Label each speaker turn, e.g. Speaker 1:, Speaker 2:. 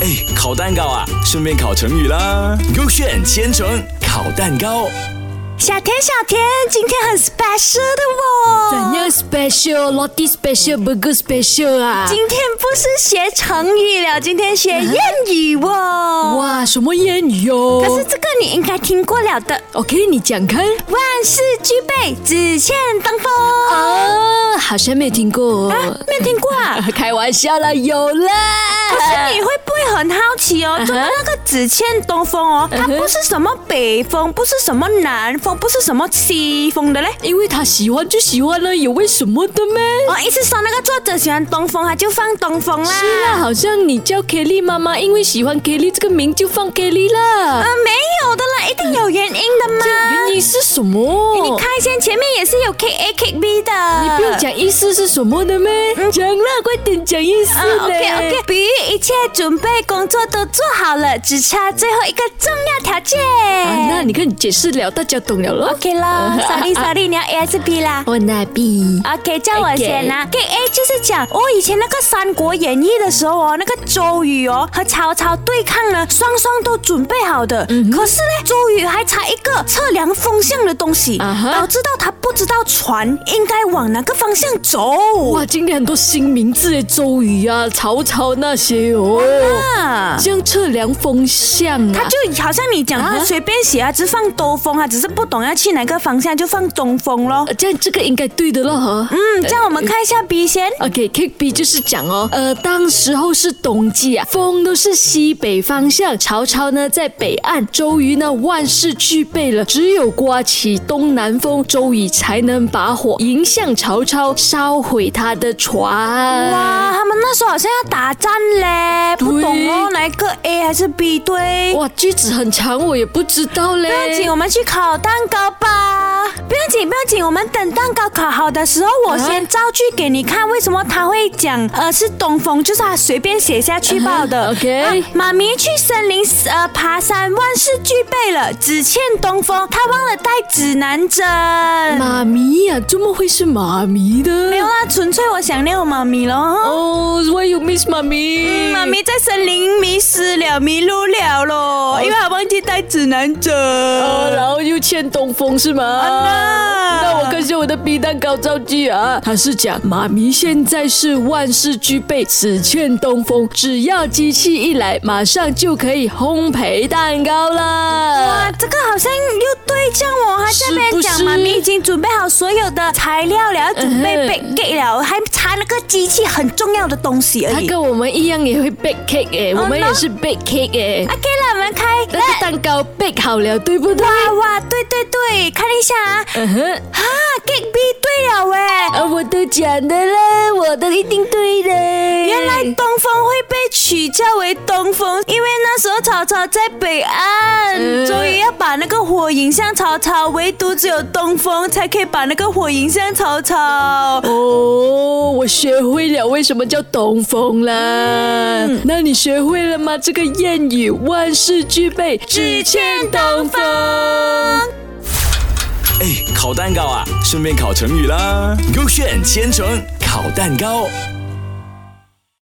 Speaker 1: 哎，烤蛋糕啊，顺便烤成语啦。勾选千层烤蛋糕，
Speaker 2: 小田，小田，今天很 special 的
Speaker 3: 怎
Speaker 2: 哦。
Speaker 3: 样 special、Lottie special、Burger special 啊？
Speaker 2: 今天不是学成语了，今天学谚语哦。
Speaker 3: 哇，什么谚语
Speaker 2: 可是
Speaker 3: 哦
Speaker 2: 这个你应该听过了的，
Speaker 3: ？OK，你讲看。
Speaker 2: 万事俱备，只欠东风。
Speaker 3: 啊，好像没听过。
Speaker 2: 啊，没听过啊。
Speaker 3: 开玩笑啦，有啦。
Speaker 2: 可是你会不会很好奇哦？
Speaker 3: 嗯哼
Speaker 2: 就是那个只欠东风哦，它
Speaker 3: 嗯哼
Speaker 2: 不是什么北风，不是什么南风，不是什么西风的嘞？
Speaker 3: 因为他喜欢就喜欢了，有为什么的咩？
Speaker 2: 我意思哦说那个作者喜欢东风，他就放东风啦。
Speaker 3: 是啊啦，好像你叫 Kelly 妈妈，因为喜欢 Kelly 这个名就放 Kelly 啦。
Speaker 2: 呃，没有的啦，一定有原因的嘛。
Speaker 3: 原因是什么？
Speaker 2: 哎你看一啊下前面也是有 K A K B 的，
Speaker 3: 你不用。讲意思是什么的咩？讲啦，快点讲意思
Speaker 2: 嗯啊
Speaker 3: 呢。
Speaker 2: ，OK OK，比喻一切准备工作都做好了，只差最后一个重要条件。
Speaker 3: 啊那你看你解释了，大家懂了咯。
Speaker 2: OK 啦，Sorry Sorry，你要 A 还是 B 啦？
Speaker 3: 我那 B，
Speaker 2: OK，叫啊我先
Speaker 3: 哎
Speaker 2: 啦。K A 就是讲哦，以前那个《三国演义》的时候哦，那个周瑜哦和曹操对抗呢，双双都准备好的。
Speaker 3: 嗯
Speaker 2: 可是呢，周瑜还差一个测量风向的东西，
Speaker 3: 啊哈
Speaker 2: 导致到他不知道船应该往哪个方向走。
Speaker 3: 哇，今天很多新名字耶，周瑜啊、曹操那些哦，
Speaker 2: 啊！
Speaker 3: 这样测量风向啊。
Speaker 2: 他就好像你讲
Speaker 3: 啊
Speaker 2: 的随便写啊，只放兜风啊，只是不懂要去哪个方向就放中风咯
Speaker 3: 呃。这样这个应该对的了哈。
Speaker 2: 嗯，这样我
Speaker 3: 呃
Speaker 2: 们看一下 B 先。
Speaker 3: OK，K、B 就是讲哦，呃，当时候是冬季啊，风都是西北方向，曹操呢在北岸，周瑜呢万事俱备了，只有刮起东南风，周瑜才能把火迎向曹操，烧毁他的船。
Speaker 2: 哇，他们那时候好像要打仗嘞，不懂哦，哪一个 A 还是 B 对？
Speaker 3: 哇，句子很长，我也不知道嘞
Speaker 2: 不。要紧，我们去烤蛋糕吧。不要紧，不要紧，我们等蛋糕烤好的时候，我先造句给你看，为什么他会讲呃是东风，就是他随便写下去报的。
Speaker 3: 嗯 OK
Speaker 2: 啊妈咪去森林呃爬山，万事俱备了，只欠东风，她忘了带指南针。
Speaker 3: 妈咪呀、怎么会是妈咪的？
Speaker 2: 没有啊啦，纯粹我想念我妈咪咯。
Speaker 3: 哦、w h y you miss 妈咪？
Speaker 2: 嗯妈咪在森林迷失了，迷路了咯，因为她忘记带指南针。
Speaker 3: 哦，然后又欠东风是吗？
Speaker 2: 啊那
Speaker 3: 那我看一下我的 B 蛋糕造句啊，他是讲妈咪现在是万事俱备，只欠东风，只要机器一来，马上就可以烘焙蛋糕
Speaker 2: 哇，
Speaker 3: 了。
Speaker 2: 这个好像又对症哦，他这边
Speaker 3: 是不
Speaker 2: 讲
Speaker 3: 是
Speaker 2: 妈咪已经准备好所有的材料了，要准备
Speaker 3: 嗯
Speaker 2: b a k 了，还差那个机器很重要的东西而
Speaker 3: 他
Speaker 2: 已。
Speaker 3: 跟我们一样也会 bake cake 哎、
Speaker 2: 哦
Speaker 3: 我们
Speaker 2: 那
Speaker 3: 也是 bake cake 哎、
Speaker 2: OK 啊了，我们开。
Speaker 3: 那个蛋糕 bake 好了，对不对？
Speaker 2: 哇哇，对对对，看一下啊，
Speaker 3: 嗯哼，
Speaker 2: 啊，Gate B 对了喂，
Speaker 3: 啊，我都讲的啦，我的一定对的。
Speaker 2: 原来东风会被取叫为东风，因为那时候曹操在北岸，
Speaker 3: 嗯
Speaker 2: 周瑜要把那个火引向曹操，唯独只有东风才可以把那个火引向曹操。
Speaker 3: 哦，我学会了为什么叫东风啦。
Speaker 2: 嗯
Speaker 3: 那你学会了吗？这个谚语万事俱备，只欠东风。
Speaker 1: 哎，烤蛋糕啊，顺便烤成语啦。勾选千层烤蛋糕。